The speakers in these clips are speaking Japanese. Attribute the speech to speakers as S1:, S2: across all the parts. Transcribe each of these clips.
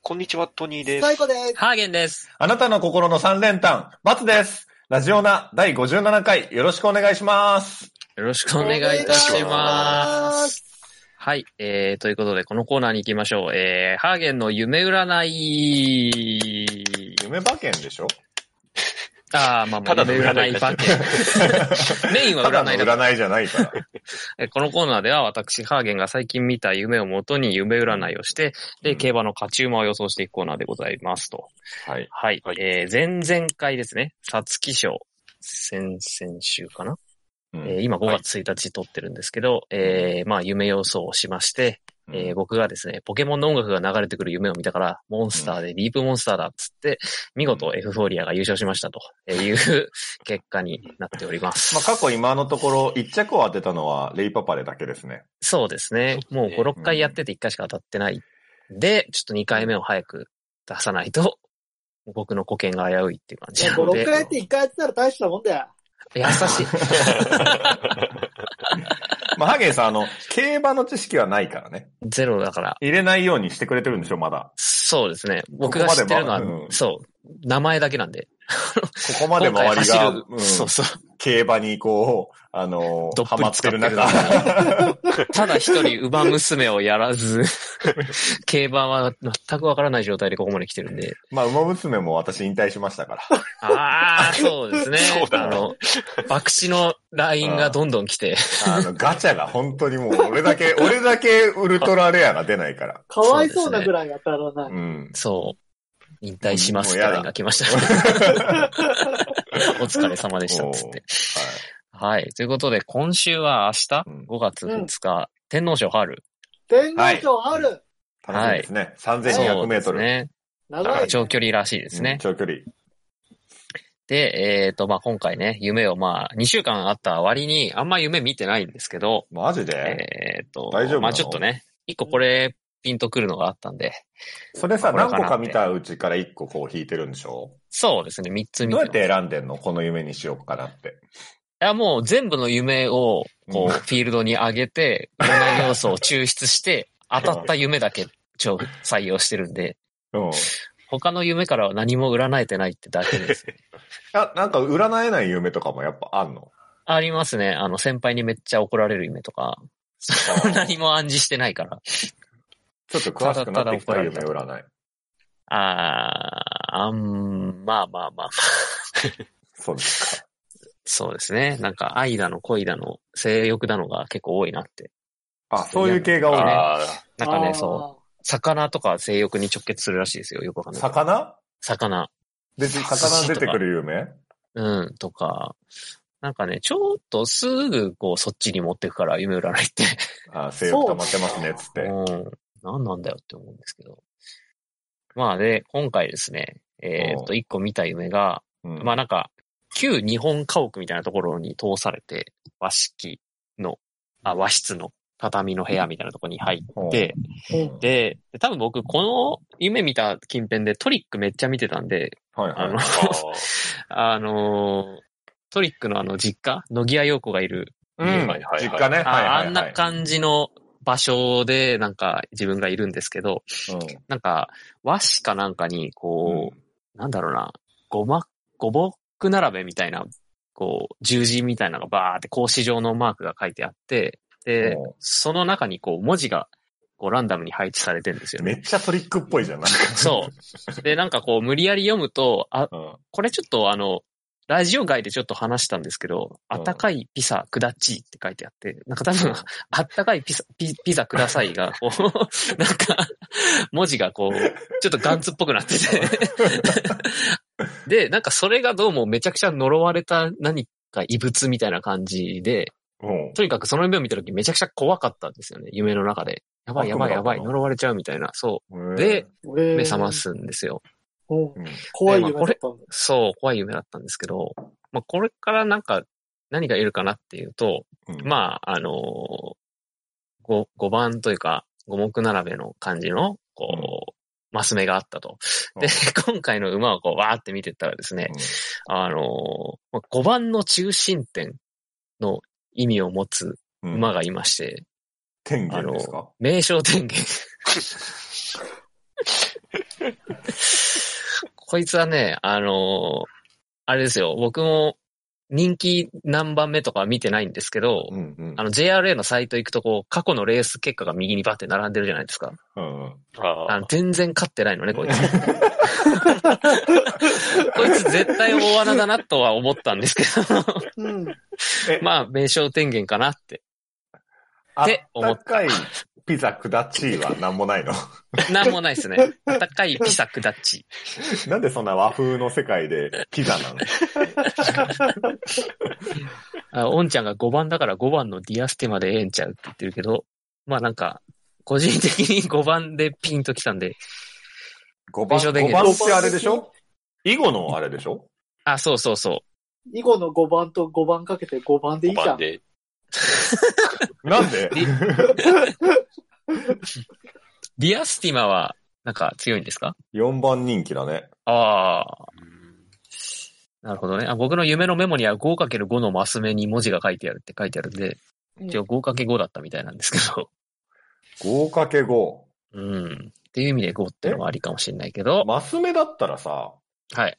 S1: こんにちは、トニーです。
S2: 最高です。
S3: ハーゲンです。
S4: あなたの心の三連単、バツです。ラジオナ第57回、よろしくお願いします。
S3: よろしくお願いいたします。はい。えー、ということで、このコーナーに行きましょう。えー、ハーゲンの夢占い。
S4: 夢馬券でしょ
S3: あー、まあまあ、
S1: ただの
S3: 夢
S1: 占
S3: 占
S1: い
S3: い
S1: だ
S3: パケ。メインは
S4: ただの
S3: 占いだから
S4: 占いじゃないから。
S3: えーこのコーナーでは私、ハーゲンが最近見た夢をもとに夢占いをして、
S4: う
S3: で、
S4: ん
S3: 競馬の勝ち馬を予想していくコーナーでございますと。
S4: はい。
S3: はい。
S1: はい
S3: えー、前々回ですね、皐月賞、先々週かな、
S4: うん
S3: えー今5月1日撮ってるんですけど、えー、まあ夢予想をしまして、えー僕がですね、ポケモンの音楽が流れてくる夢を見たから、モンスターでディープモンスターだっつって、見事エフフォーリアが優勝しましたという結果になっております。
S4: まあ、過去今のところ、一着を当てたのはレイパパレだけですね。
S3: そうですね。
S1: そう
S3: もう
S1: ですね
S3: 5、6回やってて1回しか当たってない。で、ちょっと2回目を早く出さないと、僕の保険が危ういっていう感じな
S2: もう
S3: の
S2: 5、6
S3: で
S2: 回。やって1回やってたら大したもんだよ。
S3: 優しい。
S4: まあ、ハゲンさん、あの、競馬の知識はないからね。
S3: ゼロだから。
S4: 入れないようにしてくれてるんでしょ、まだ。
S3: そうですね。僕
S4: こ
S3: が
S4: こま
S3: 知
S4: で
S3: ってるのは、
S4: まあうん
S3: そう、名前だけなんで。
S4: ここまで
S3: 今回
S4: 周りが、
S3: 走る
S4: うん
S3: そうそう。
S4: 競馬にこう、あの
S3: ど
S4: ー、
S3: っ
S4: ハ
S3: ぷ
S4: マ
S3: り
S4: っ
S3: 使
S4: て
S3: って
S4: る
S3: る
S4: 中、
S3: ただ一人、馬娘をやらず、競馬は全くわからない状態でここまで来てるんで。
S4: まあ、馬娘も私引退しましたから。
S3: ああ、そうですね。
S1: そうだ
S3: あの、爆死のラインがどんどん来て。
S4: あの、ガチャが本当にもう、俺だけ、俺だけウルトラレアが出ないから。
S2: かわいそうなぐらい当たらな
S4: う
S2: い。
S4: ん。
S3: そう。引退しますって
S4: もうやだ
S3: LINE が来ました。 お疲れ様でしたっつって。はい。ということで、今週は明日
S4: うん、
S3: 5月2日、天皇賞春。
S2: 天皇賞ある。
S4: はい。楽しみですね。
S3: そ
S4: 3200
S3: うで
S4: メート
S3: す
S4: ル。
S3: ね。
S2: 長いね。
S3: 長距離らしいです
S4: うん
S3: ね。
S4: 長距離。
S3: で、えっ、と、まあ、今回ね、夢をまあ、2週間あった割に、あんま夢見てないんですけど、
S4: マジで
S3: えっ、と、
S4: 大丈夫なの
S3: まあ、ちょっとね、一個これ、ピンとくるのがあったんで、
S4: それさ、
S3: これか
S4: 何
S3: な
S4: 個か見たうちから1個こう引いてるんでしょ
S3: そうですね、3つ見
S4: どう
S3: て
S4: や
S3: ま
S4: っ
S3: す。
S4: て選んでんのこの夢にしようかなって。
S3: いや、もう全部の夢を、こ
S4: うん
S3: う、フィールドに上げて、いろんな要素を抽出して、当たった夢だけ、ちょ、採用してるんで、
S4: うん。
S3: 他の夢からは何も占えてないってだけ です。
S4: あ、なんか占えない夢とかもやっぱあんの
S3: ありますね、あの、先輩にめっちゃ怒られる夢と か、何も暗示してないから。
S4: ちょっと詳しくなってきたら夢
S3: ただ
S4: 占い。
S3: あーあん、まあまあまあ、
S4: そうですか。
S3: そうですね。なんか愛だの恋だの性欲だのが結構多いなって。
S4: あ、そういう系が多いね。
S1: あ
S3: なんかね、そう。魚とか性欲に直結するらしいですよ。よくわかんない。
S4: 魚
S3: 魚。
S4: で、魚出てくる夢
S3: うん、とか。なんかね、ちょっとすぐこうそっちに持ってくから夢占いって。
S4: あ、性欲溜まってますね、っつって。
S3: うん。何なんだよって思うんですけど。まあで、今回ですね、えーっと、一個見た夢が、
S4: うん
S3: まあなんか、旧日本家屋みたいなところに通されて、和式の、あ、和室の畳の部屋みたいなところに入って、
S4: うん
S3: で、多分僕、この夢見た近辺でトリックめっちゃ見てたんで、
S4: はい
S3: あ
S4: は
S3: の
S4: い。、
S3: あのートリックのあの実家、野木屋陽子がいる、
S4: うん
S1: はいはいはい
S4: 実家ね。はいはい
S3: あ
S4: はい
S3: あんな感じの場所で、なんか自分がいるんですけど、
S4: う
S3: なんか和紙かなんかに、
S4: ん
S3: こう、なんだろうな、ごま、ごぼく並べみたいな、こう、十字みたいなのがバーって格子状のマークが書いてあって、で
S4: おう、
S3: その中にこう文字が、こうランダムに配置されてるんですよ
S4: め
S3: ね。
S4: っちゃトリックっぽいじゃん。なんか
S3: そう。で、なんかこう無理やり読むと、あ、
S4: うん
S3: これちょっとあの、ラジオ外でちょっと話したんですけど、
S4: うん
S3: あったかいピザくだっちって書いてあって、なんか多分、あったかいピザ、ピピザくださいが、こう、 なんか、文字がこう、ちょっとガンツっぽくなってて。で、なんかそれがどうもめちゃくちゃ呪われた何か異物みたいな感じで、
S4: うん
S3: とにかくその夢を見た時めちゃくちゃ怖かったんですよね、夢の中で。やばいやばいやばい、呪われちゃうみたいな、そ
S4: うん
S3: う。で、
S2: えー
S3: 目覚ますんですよ。
S2: うん
S4: うん
S2: 怖い夢だったんだ。
S3: そう、怖い夢だったんですけど、まあ、これからなんか、何がいるかなっていうと、
S4: うん
S3: まあ、あのー、5, 番というか、五目並べの感じの、こう、マス目があったと。で、 今回の馬をこう、わーって見てったらですね、あのー、まあ5番の中心点の意味を持つ
S4: うん
S3: 馬がいまして、
S4: 天元ですか
S3: 名称天元。こいつはね、あのーあれですよ、僕も人気何番目とか見てないんですけど、
S4: うんうん
S3: あの JRA のサイト行くとこう、過去のレース結果が右にバって並んでるじゃないですか。
S4: うんうん。
S3: あ
S1: あ
S3: の全然勝ってないのね、こいつ。 こいつ絶対大穴だなとは思ったんですけど、
S2: うん。
S3: まあ、名称天元かなって。
S4: あ
S3: て思
S4: っ
S3: った
S4: かいピザくだっちーはなんも ないの。
S3: なんもないですね。暖かいピサクダッチ。
S4: なんでそんな和風の世界でピザ なの
S3: あ、オンちゃんが5番だから5番のディアステマでええんちゃうって言ってるけど、まあなんか、個人的に5番でピンときたんで、
S4: ?5 番、
S3: 名称でいい
S4: 5
S3: け
S4: 番
S3: ど
S4: ってあれでしょ囲碁のあれでしょ
S3: あ、そうそうそ
S2: 囲碁の5番と5番かけて5番で
S1: 5
S2: いいじゃ
S1: 番
S2: ん。
S1: で。
S4: なん で
S3: う。ディアスティマは、なんか強いんですか
S4: ?4 番人気だね。
S3: ああ。なるほどねあ。僕の夢のメモには 5×5 のマス目に文字が書いてあるって書いてあるんで、
S2: うん
S3: 今日 5×5 だったみたいなんですけど。
S4: 5×5。
S3: うん。っていう意味で5ってのもありかもしれないけど。
S4: マス目だったらさ、
S3: はい。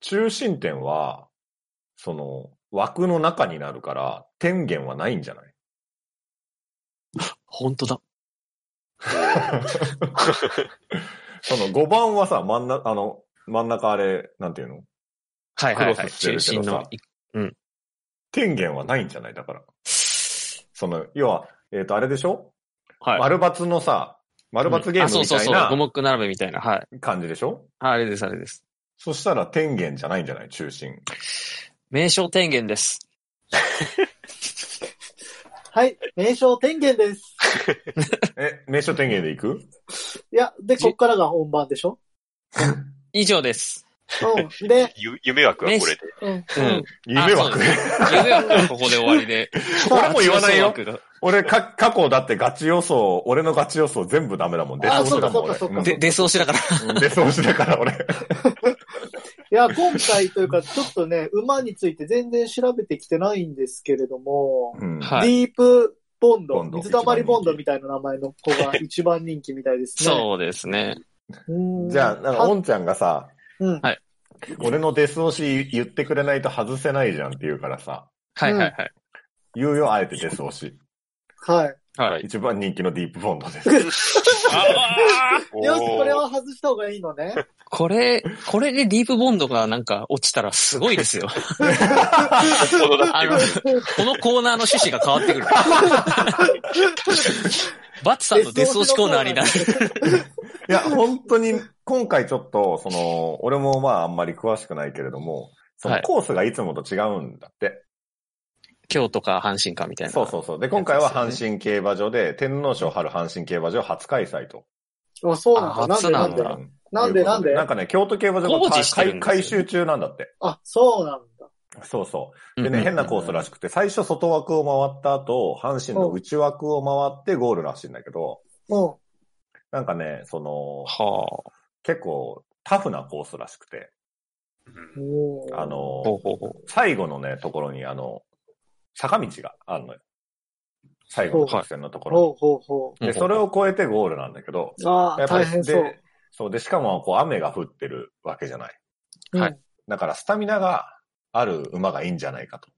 S4: 中心点は、その、枠の中になるから、天元はないんじゃない
S3: 本当だ。
S4: その5番はさ、真ん中、あの、真ん中あれ、なんていうの
S3: はいはいは
S4: クロ
S3: い。
S4: スして
S3: 中
S4: るけ
S3: 心
S4: どさ
S3: のい。
S4: 天元はないんじゃないだから。その、要は、えっ、と、あれでしょ、
S3: はい。
S4: 丸×のさ、丸×ゲー
S3: あ
S4: ム
S3: そう
S4: み
S3: そう
S4: たい
S3: そう。五
S4: な
S3: 目並べみたいな。はい。
S4: 感じでしょ
S3: あれです、あれです。
S4: そしたら天元じゃないんじゃない中心。
S3: 名称天元です。
S2: はい。名称天元です。
S4: え、名所天元でいく
S2: いや、で、こっからが本番でしょ
S3: 以上です。
S2: うん。で、
S1: ゆ夢枠はこれで。
S2: うん。
S3: うん。
S4: 夢枠ね。
S3: 夢枠はここで終わりで。
S4: 俺も言わないよ
S3: 夢枠が。
S4: 俺か、過去だってガチ予想、俺のガチ予想全部ダメだもん。出そうだもん、
S2: あそうかそうかそうか
S4: 俺。
S3: で、出そうしながら。
S4: うん出そうしだから、俺。
S2: いや、今回というか、ちょっとね、馬について全然調べてきてないんですけれども、
S4: うん
S3: はい
S2: ディープボン
S4: ボ
S2: ド、
S4: ンド
S2: 水溜りボンドみたいな名前の子が一番人気みたいですね。
S3: そうですね。
S2: うん
S4: じゃあ、なんか、おんちゃんがさ、
S2: うん。
S4: 俺のデス押し言ってくれないと外せないじゃんって言うからさ、
S3: はいはいはい。
S4: 言うよ、あえてデス押し。
S2: はい。
S1: はい。
S4: 一番人気のディープボン ドです。
S3: あー
S2: よし、これは外した方がいいの ね。
S3: これ、これでディープボンドがなんか落ちたらすごいですよ。
S1: 本当だ
S3: あの、このコーナーの趣旨が変わってくる。バツさんの出そうしコーナーになる。
S4: いや、本当に、今回ちょっと、その、俺もまああんまり詳しくないけれども、その
S3: はい
S4: コースがいつもと違うんだって。
S3: 京都か阪神かみたいな。
S4: そうそうそう。で、今回は阪神競馬場で、天皇賞春阪神競馬場初開催と。
S2: あ、そうなんだ。
S3: あ
S2: なん
S3: 初
S2: で
S3: な
S2: なんんで
S3: だ
S4: う
S2: なんでなんで
S4: なんかね、京都競馬場
S3: 工
S4: が
S3: 事してるん
S4: 改
S3: ですよ
S4: 改修中なんだって。
S2: あ、そうなんだ。
S4: そうそう。
S3: う
S4: でね、変なコースらしくて、最初外枠を回った後、阪神の内枠を回ってゴールらしいんだけど、
S2: うん。
S4: なんかね、その、
S3: はあ。
S4: 結構タフなコースらしくて、
S2: おー
S4: あ、の
S3: ほう、ほうほう。
S4: 最後のね、ところにあの、坂道があるのよ。最後の直線のところ
S2: ほうほうほ
S4: に。で、それを越えてゴールなんだけど、
S2: う。ああ、大変そう。
S4: で、そうで、しかもこう雨が降ってるわけじゃない。
S2: うん
S3: はい。
S4: だからスタミナがある馬がいいんじゃないかと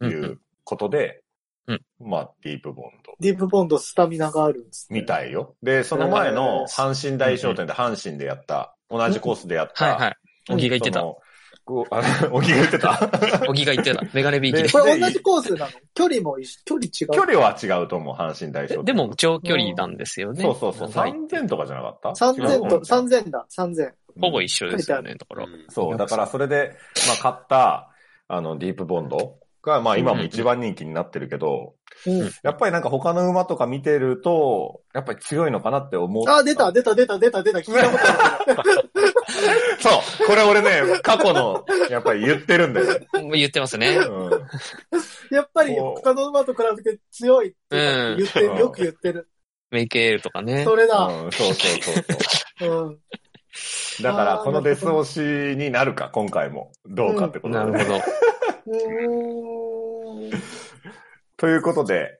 S3: うん
S4: い
S3: うん
S4: うことで、
S3: うん
S4: まあ、ディープボンド。
S2: ディープボンドスタミナがあるんです、
S4: みたいよ。で、その前の阪神大商店で阪神でやった、同じコースでやった。
S3: はいはい。小木が言って
S4: そ
S3: た。
S4: のこうあれ、おぎが言ってた
S3: 小木が言ってた。メガネビーキで
S4: で。
S2: これ同じコースなの距離も一緒、距離違
S4: 距
S2: う。
S4: 離は違うと思う、阪神大商
S3: でで
S4: 店。
S3: も、長距離なんですよね。
S4: そうそうそう、
S3: はい
S4: 3000とかじゃなかった
S2: 3000と、
S4: 違う
S2: 3000だ、3000。
S3: ほぼ一緒ですよね、ところ。
S4: そう、だからそれで、まあ、買った、あの、ディープボンドが、まあ、今も一番人気になってるけど、
S2: うん。
S4: やっぱりなんか他の馬とか見てると、やっぱり強いのかなって思う。
S2: あ、出た、出た、出た、出た、出た、聞いたことある。
S4: そうこれ俺ね、過去の、やっぱり言ってるんだよね。
S3: 言って ますね。
S4: うん。
S2: やっぱり、
S4: こう
S2: 他の馬と比べて強いって
S3: うん
S2: 言ってる、
S4: うん
S2: よく言ってる。
S3: メイクエールとかね。
S2: それだ。
S4: うんそうそうそうそ
S2: うん。
S4: う。だから、このデス押しになるか、今回も。どうかってこと
S3: な
S4: だ
S3: る
S4: ね。
S3: ほ ど。
S2: うーん。
S4: ということで、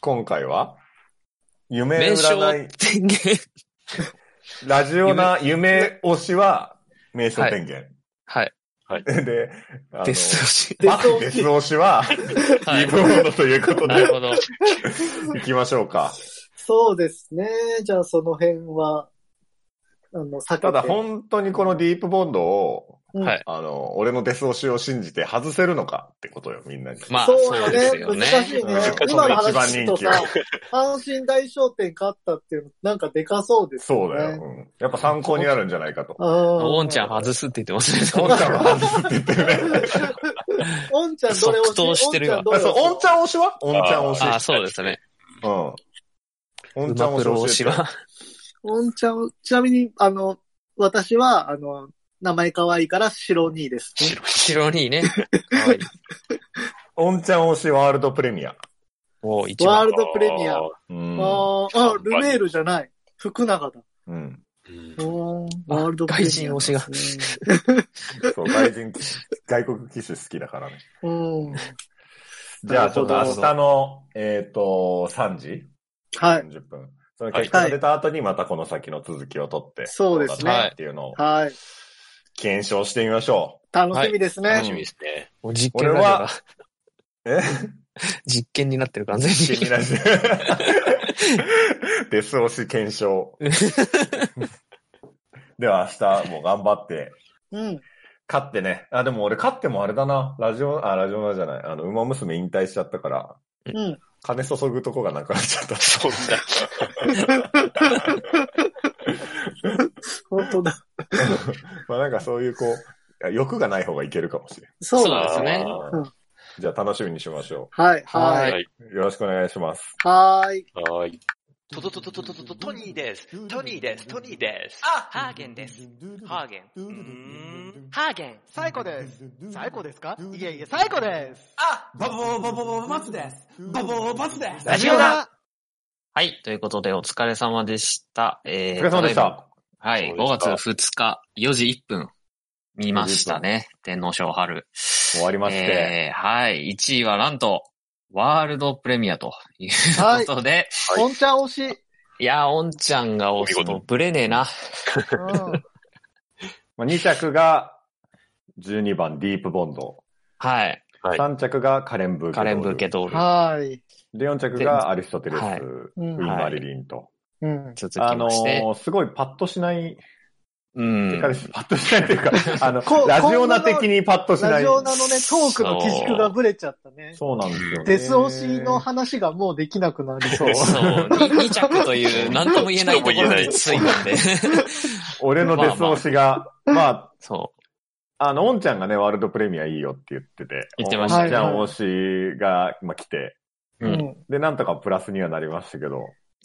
S4: 今回は、夢
S3: 名称
S4: 占い、
S3: 天元。
S4: ラジオな夢推しは、名所宣言。
S3: はい。
S4: で、あの
S3: デスし。
S4: バックデス推しは、
S3: は
S4: リ
S3: い
S4: ブ。モードということ
S3: なる
S4: で、
S3: ほど。
S4: 行きましょうか。
S2: そうですね。じゃあその辺は、あの、避けて
S4: ただ本当にこのディープボンドを、
S3: はい。
S4: あの、俺のデス推しを信じて外せるのかってことよ、みんなに。
S3: まあ、
S2: そう
S3: そうで
S2: だ
S3: す
S2: ね。
S3: よね。
S2: 難しいね
S4: うん。
S2: 今の話
S4: そ
S2: 聞
S4: の
S2: くと
S4: 一番人気は
S2: さ、阪神大商店勝ったっていうの、なんかでかそうです
S4: そ
S2: よ
S4: う
S2: ね。
S4: だよ、うん。やっぱ参考になるんじゃないかと。
S2: うん。
S3: オ ンちゃん外すって言ってますね。
S4: オンちゃんは外すって言ってるね。
S2: オンちゃんどれ
S3: 即答
S2: 押し
S3: してるわ
S4: あそう、オンちゃん推しはオンちゃん推し。
S3: ああ、そうですね。
S4: うん。オンちゃん
S3: 馬プロ推
S4: 推
S3: し
S4: し。
S3: は。
S2: オンちゃんを、ちなみに、あの、私は、あの、名前可愛いから白2ですね。
S3: 白にね。はい。
S4: オンちゃん推しワールドプレミア。
S3: もう一
S2: ワー
S3: 番。
S2: ルドプレミア。
S1: あ
S2: あ
S1: ー
S4: うん。
S2: ーあ、ルメールじゃない。福永だ。
S4: うん。
S1: うん
S2: おーワールドプレミアですね、
S3: 外人推しが
S4: そう、外人機種、 外国機種好きだからね。
S2: うん。
S4: じゃあ、ちょっと
S2: なる
S4: 明
S2: ほど
S4: 日の、えっ、と、3時
S2: はい。
S4: ?40 分。その結果が出た後にまたこの先の続きを取って、
S2: そうですね
S4: どだったっていうのを
S2: はい。
S4: 検証してみましょ
S2: 楽しみですね。
S4: はい
S1: 楽しみですね。
S3: もう実験ラジオ
S4: 俺
S3: が
S4: は、う。え
S3: 実験になってる完全
S4: 気 に
S3: に。
S4: なる。デス押し検証。 では明日も頑張って、
S2: うん。
S4: 勝ってね。あ、でも俺勝ってもあれだな。ラジオ、あ、ラジオなじゃない。あの、馬娘引退しちゃったから、
S2: うん。
S4: 金注ぐとこがなくなっちゃった。
S1: そんな。
S2: 本当だ。
S4: まあなんかそういうこう、欲がない方がいけるかもしれん。
S2: そう
S3: そう
S2: だ
S3: ですね
S1: あー
S4: じゃあ楽しみにしましょ
S2: はい、
S3: は
S2: はいい。
S1: はい。
S4: う。よろしくお願いします。
S2: はい。
S1: はーい。
S5: トトトトトトトトトニーです。トニーです。トニーです。
S6: あ、ハーゲンです。ハーゲン。うーんハーゲン。
S7: 最高です。最高ですかいえいえ、最高です。
S6: あ、バボーバボーババスです。バボーバスです。
S3: ラジオだはい。ということで、お疲れ様でした。え
S4: お
S3: ー
S4: 疲れ様でし。
S3: ただい
S4: た。
S3: ぶはい。5月2日、4時1分、見ましたね。天皇賞春。
S4: 終わりまして。
S3: えーはい。1位はなんと、ワールドプレミアという
S2: はい
S3: ことで、
S2: オンちゃん推し。
S3: い、やー、おんちゃんが押す
S1: お見事
S3: とブレねえな。
S2: うん。
S4: まあ2着が、12番ディープボンド。
S3: はい。
S1: はい
S4: 3着がカレンブーケドール。
S3: カレンブーケドール。
S2: はい。
S4: で、4着がアリストテレス、
S3: はいう
S4: ウ
S2: うん
S4: ィンマリリンと。
S2: うん。
S3: 続き
S4: あの
S3: まして。
S4: ー、すごいパッとしない、
S3: うん。
S4: 彼氏パッとしないという か、あの
S2: こ、
S4: ラジオナ的にパッとしな
S2: ラ
S4: い
S2: ジ。オなのね、トークの基軸がぶれちゃったね。
S4: そうなんですよね。
S2: デス推しの話がもうできなくなりそう。
S3: そう。2着という、なんとも言えないところについたんで。
S4: 俺のデス推しが、まあ、
S3: そう。
S4: あの、おんちゃんがね、ワールドプレミアいいよって言ってて。
S3: 言ってました
S4: おんちゃん推しが、まあ、来て。
S3: う。
S2: うんん。
S4: で、なんとかプラスにはなりましたけど、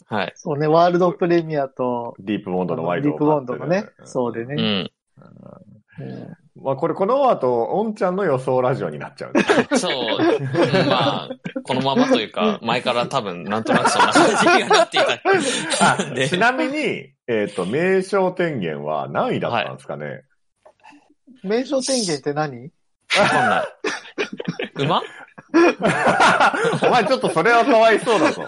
S3: はい。
S2: そうね、ワールドプレミアと、
S4: ディープボ
S2: リ
S4: ンドのワイド
S2: ップボンドのね、
S4: う。
S2: そうで
S3: う
S2: ね。
S3: ん。
S2: うん
S4: まあ、これ、この後、おんちゃんの予想ラジオになっちゃうね。
S3: そう。まあ、このままというか、前から多分、なんとなくそんな感じになっていたんで。
S4: ちなみに、えっ、と、名称天元は何位だったんですかね、
S2: 名称天元って何
S3: わかんない。馬
S4: お前ちょっとそれはかわいそうだぞ。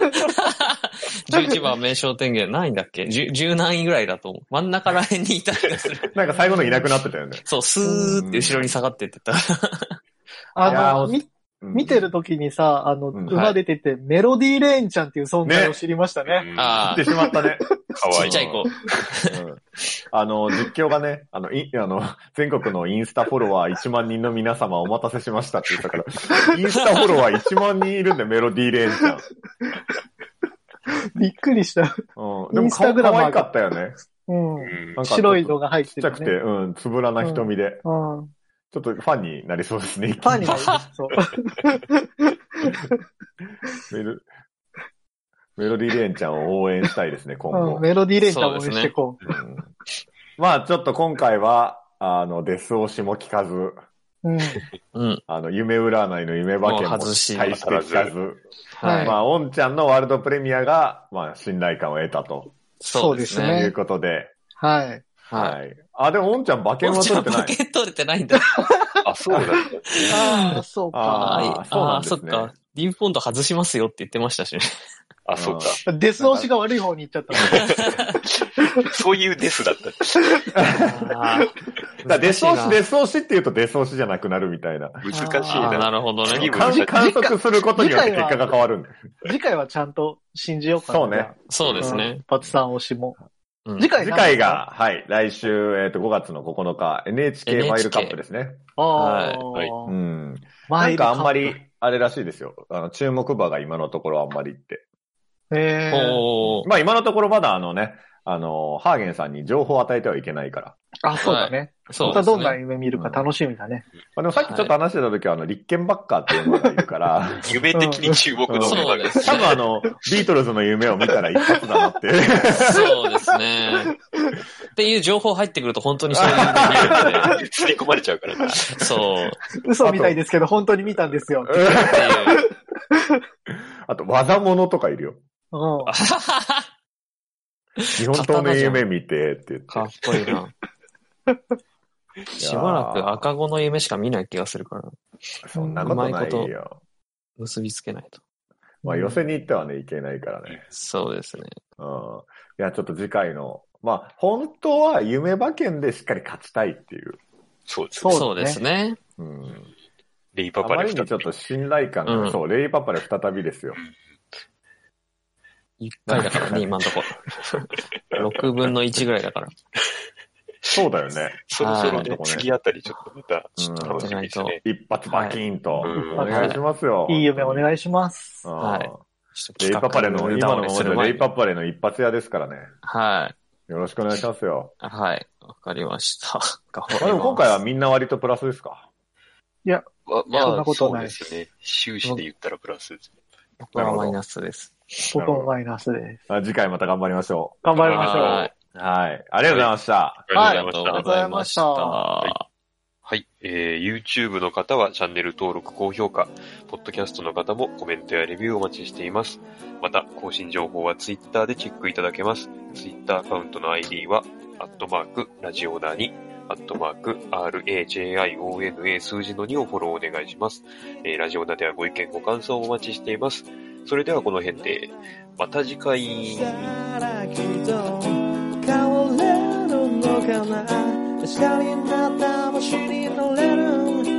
S3: ?11 番名称天元ないんだっけ 10, 10何位ぐらいだと思う。真ん中ら辺にいた気がする。
S4: なんか最後のいなくなってたよね。
S3: そう、スーって後ろに下がってってた。
S4: いや
S2: あ
S4: ー
S2: の、み
S4: うん
S2: 見てる時にさ、あの、
S4: うん
S2: 馬出てて、メロディーレーンちゃんっていう存在を
S4: ね
S2: 知りましたね。
S3: ああ
S4: 行ってしまったね。
S1: か
S3: ち
S1: わい
S3: っ
S1: い
S3: ち。ゃい子。
S4: うんあの、実況がね、あの、い、あの、全国のインスタフォロワー1万人の皆様お待たせしましたって言ったから、 インスタフォロワー1万人いるんだよ、メロディーレーンちゃん。
S2: びっくりした。
S4: うん。で
S2: イ
S4: も
S2: ンスタ
S4: か、
S2: グラ
S4: か
S2: マー
S4: わ
S2: が
S4: いかったよね。
S2: うん。
S1: うん
S4: なんか
S2: 白いのが入っ
S4: ち
S2: て
S4: っちゃ
S2: る、
S4: くて、
S2: ね。
S4: うん、つぶらな瞳で、
S2: うん。
S4: ちょっとファンになりそうですね。
S2: ファンになり そう。
S4: メロメロディーレーンちゃんを応援したいですね、今後。
S2: うん、メロディーレンターも応援していこう。
S4: うんまあ、ちょっと今回は、あの、デス推しも聞かず、
S2: うん。
S3: うん。
S4: あの、夢占いの夢馬券
S3: も
S4: も
S3: う外
S4: 大し
S3: して
S4: 聞かず、
S2: はい
S4: まあ、オンちゃんのワールドプレミアが、まあ、信頼感を得たと
S3: そうです
S2: そう
S4: い
S2: ですね
S3: ね。
S4: うことで、
S2: はい。
S3: はい。
S4: はい。あ、でも、オンちゃん馬券は取れてない。
S3: 券取れてないんだ。
S1: あ、そうだ。
S2: ああ、そうか。
S4: あー
S3: はい
S4: そうなんですね
S3: あーそっか。ピンポンと外しますよって言ってましたしね。
S1: あ、そうか。
S2: デス押しが悪い方に行っちゃったの。
S1: そういうデスだった。
S4: だからデス押し、デス押しって言うとデス押しじゃなくなるみたいな。
S1: 難しい
S3: あーな
S1: な。
S3: るほどね。
S1: 次
S4: 観観測することによって結果が変わるんだよ。
S2: 次回はちゃんと信じようかな。
S4: そうね
S2: じゃあ。
S3: そうですね。
S2: んパツさん推しも。
S3: うん
S2: 次回
S4: 次回。が、はい、来週、えっ、と、5月の9日、NHK マイルカップですね。
S2: ああ、
S1: はい
S4: うん。
S2: マ
S4: な
S2: イ
S4: ん
S2: ルカッ
S4: かあ
S2: プ
S4: んまり。、あれらしいですよ。あの、注目馬が今のところあんまりって。
S2: えー、
S3: おー
S4: まあ今のところまだあのね、あの、ハーゲンさんに情報を与えてはいけないから。
S2: あ、そうだね。
S3: そう
S2: ま
S3: で
S2: た
S3: す
S2: どんな
S3: ね。
S2: 夢見るか楽しみだね。
S4: まあ、でもさっきちょっと話してた時は、あの、立憲バッカーっていう馬がいるから、
S1: 夢的に注目の馬
S3: そう
S1: が
S3: です
S4: 多分
S3: ね。
S4: あの、ビートルズの夢を見たら一発だなって。
S3: そうですね。っていう情報入ってくると本当にそういうの見えるので
S1: 刷り込まれちゃうからな。
S3: そう。
S2: 嘘みたいですけど、本当に見たんですよ。
S3: っていう。
S4: あと、技物とかいるよ。
S2: うん。
S4: 日本刀の夢見てって言って。
S3: かっこいいな。しばらく赤子の夢しか見ない気がするから、
S4: そんなことな
S3: うま
S4: い
S3: い
S4: よ。
S3: 結びつけないと。
S4: まあ、寄せに行ってはね、いけないからね。
S3: そうですね。
S4: うん。いや、ちょっと次回の、まあ、本当は夢馬券でしっかり勝ちたいっていう。
S1: そうです
S2: そう
S1: ね。
S2: ですね
S3: そうですね。
S4: うん。
S1: レイ
S4: あ
S1: パパ
S4: ま
S1: で
S4: りにちょっと信頼感が、
S3: うん
S4: そう、レイパパで再びですよ。
S3: 一回だからね、今んとこ。6分の1ぐらいだから。
S4: そうだよね。
S1: そろそろ
S4: は
S1: ね
S4: い、
S1: 次あたりちょっとまた、
S4: うん
S1: 楽しみにしてね。
S4: 一発バキーンと、
S1: はいうん
S4: お願いしますよ。
S2: いい夢お願いします。
S4: うん
S3: はいちょっと
S4: レイパパレの、今の
S3: 企画に
S4: ま
S3: す
S4: ま
S3: る
S4: で
S3: 前
S4: レ
S3: に
S4: イパパレの一発屋ですからね。
S3: はい。
S4: よろしくお願いしますよ。
S3: はい。わかりました。頑張ります
S4: まあでも今回はみんな割とプラスですか。
S1: まあ、
S2: そん
S1: ま
S2: な
S1: あ、
S2: こと
S1: そ
S2: な
S1: う
S2: い
S1: ですね。終始で言ったらプラスですね。
S3: 僕はマイナスです。
S2: 僕もマイナスです。
S4: あ次回また頑張りましょ。
S2: 頑張りましょう。
S3: はい
S4: はい。ありがとうございました。
S2: はい
S1: ありがとうございました。
S2: ございました
S3: ありがとうございまし
S1: はい、えー、YouTube の方はチャンネル登録、高評価、Podcast の方もコメントやレビューをお待ちしています。また、更新情報は Twitter でチェックいただけます。Twitter アカウントの ID は、アットマーク、ラジオナに、アットマーク、RAJIONA 数字の2をフォローお願いします。えー、ラジオナではご意見、ご感想をお待ちしています。それではこの辺で、また次回。
S8: だけど変われるのかな明日になった星になれる